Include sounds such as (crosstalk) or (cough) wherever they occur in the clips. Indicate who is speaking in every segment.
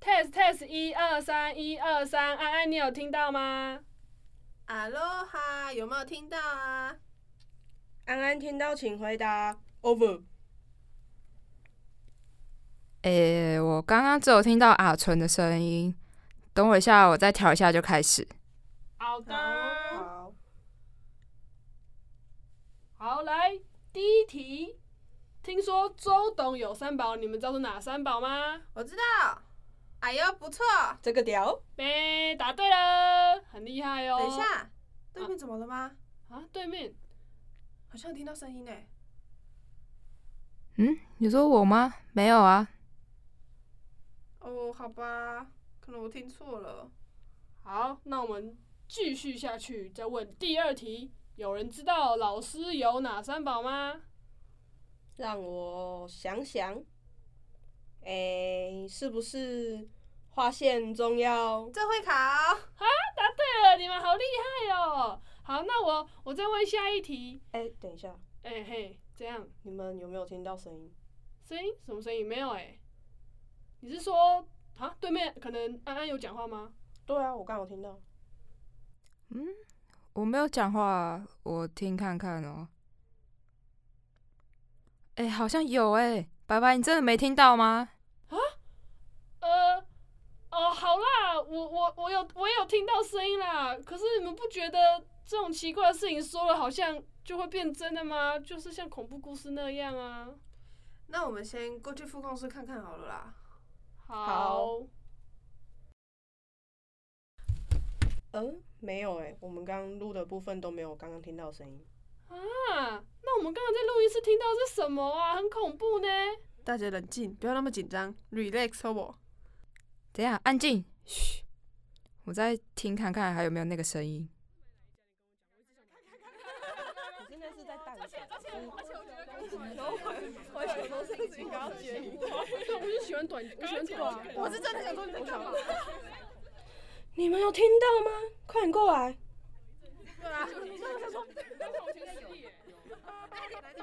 Speaker 1: test test 一二三一二三，安安你有听到吗？
Speaker 2: 阿罗哈，有没有听到啊？
Speaker 3: 安安听到请回答，over。
Speaker 4: 诶、我刚刚只有听到阿纯的声音，等我一下，我再调一下就开始。
Speaker 1: 好的，
Speaker 3: 好，
Speaker 1: 好来第一题。听说周董有三宝，你们知道是哪三宝吗？
Speaker 2: 我知道。哎呦，不错。
Speaker 3: 这个屌，
Speaker 1: 呗，答对了，很厉害哦。
Speaker 2: 等一下，对面怎么了吗？
Speaker 1: 啊，对面
Speaker 2: 好像有听到声音诶。
Speaker 4: 嗯，你说我吗？没有啊。
Speaker 2: 哦，好吧，可能我听错了。
Speaker 1: 好，那我们继续下去，再问第二题。有人知道老师有哪三宝吗？
Speaker 3: 让我想想，诶、是不是画线中要？
Speaker 2: 这会考，
Speaker 1: 对了，你们好厉害哦！好，那我我再问下一题。
Speaker 3: 哎、等一下，
Speaker 1: 哎、嘿，怎样？
Speaker 3: 你们有没有听到声音？
Speaker 1: 声音什么声音？没有哎、你是说啊？对面可能安安有讲话吗？
Speaker 3: 对啊，我刚有听到。
Speaker 4: 嗯，我没有讲话啊，我听看看哦。诶、好像有诶、白白，你真的没听到吗？
Speaker 1: 呃，哦，好啦，我我我有我有听到声音啦。可是你们不觉得这种奇怪的事情说了好像就会变真的吗？就是像恐怖故事那样啊。
Speaker 2: 那我们先过去副控室看看好了啦。
Speaker 1: 好，
Speaker 3: 好嗯，没有诶、我们刚刚录的部分都没有刚刚听到的声音。
Speaker 1: 啊，那我们刚刚在录音室听到的是什么啊？很恐怖呢。
Speaker 2: 大家冷静，不要那么紧张，relax 好不好？
Speaker 4: 等一下，安静。嘘，我再听看看还有没有那个声音。
Speaker 3: 可是那是在淡水，
Speaker 2: 我想说是自己高级。
Speaker 1: 我就喜欢短，我喜欢短
Speaker 2: 我是真的想说你在干嘛？
Speaker 3: 你们有听到吗？快点过来！
Speaker 2: 对啊，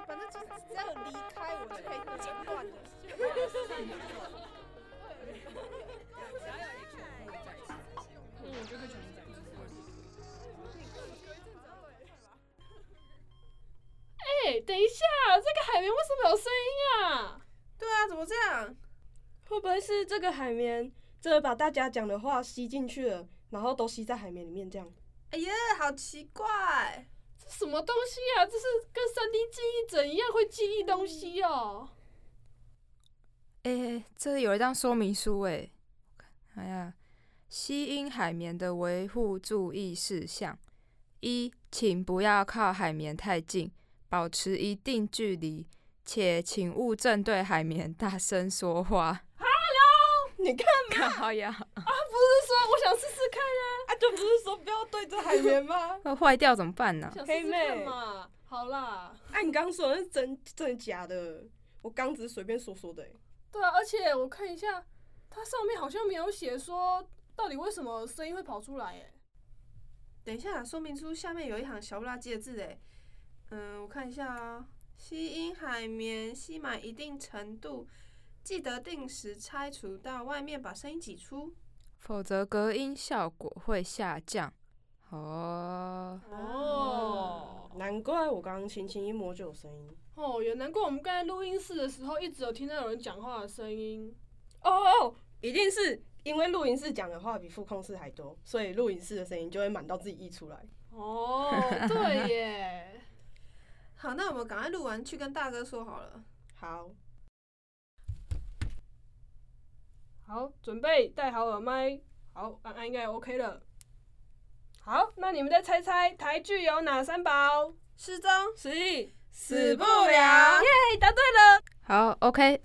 Speaker 2: 反正就是只要离开我就可以剪断的。
Speaker 1: 哎、等一下，这个海绵为什么有声音啊？
Speaker 2: 对啊，怎么这样？
Speaker 3: 会不会是这个海绵真的把大家讲的话吸进去了，然后都吸在海绵里面这样？ (laughs)
Speaker 2: 哎呀，好奇怪！
Speaker 1: 这什么东西啊？这是跟三 D 记忆枕一样会记忆东西哦。
Speaker 4: 诶、这里有一张说明书诶、哎呀，吸音海绵的维护注意事项：一，请不要靠海绵太近，保持一定距离，且请勿正对海绵大声说话。
Speaker 3: 你看
Speaker 4: (laughs) 靠 (laughs) 呀，？
Speaker 1: 不是说我想试试看啊，
Speaker 3: 啊，就不是说不要对着海绵吗 (laughs)
Speaker 4: 会坏掉怎么办呢、
Speaker 1: 想试
Speaker 3: 黑
Speaker 1: 试
Speaker 3: 妹
Speaker 1: 看嘛。好啦，
Speaker 3: 啊，你刚刚说的是真真的假的？我刚只是随便说说的、欸。
Speaker 1: 对啊，而且我看一下，它上面好像没有写说到底为什么声音会跑出来耶。
Speaker 2: 等一下，说明书下面有一行小不拉几的字哎，嗯，我看一下啊、吸音海绵吸满一定程度，记得定时拆除到外面，把声音挤出。
Speaker 4: 否则隔音效果会下降。哦，
Speaker 1: 哦
Speaker 3: 难怪我刚刚轻轻一摸就有声音。
Speaker 1: 哦，也难怪我们刚才录音室的时候一直有听到有人讲话的声音。
Speaker 3: 哦哦，一定是因为录音室讲的话比副控室还多，所以录音室的声音就会满到自己溢出来。
Speaker 1: 哦，对耶。
Speaker 2: 好，那我们赶快录完去跟大哥说好了。
Speaker 3: 好，
Speaker 1: 好，准备戴好耳麦。好，安安应该 OK 了。好，那你们再猜猜台剧有哪三宝？
Speaker 2: 失踪，
Speaker 3: 十一
Speaker 2: 死不了。
Speaker 1: 哎，答对了。
Speaker 4: 好，OK，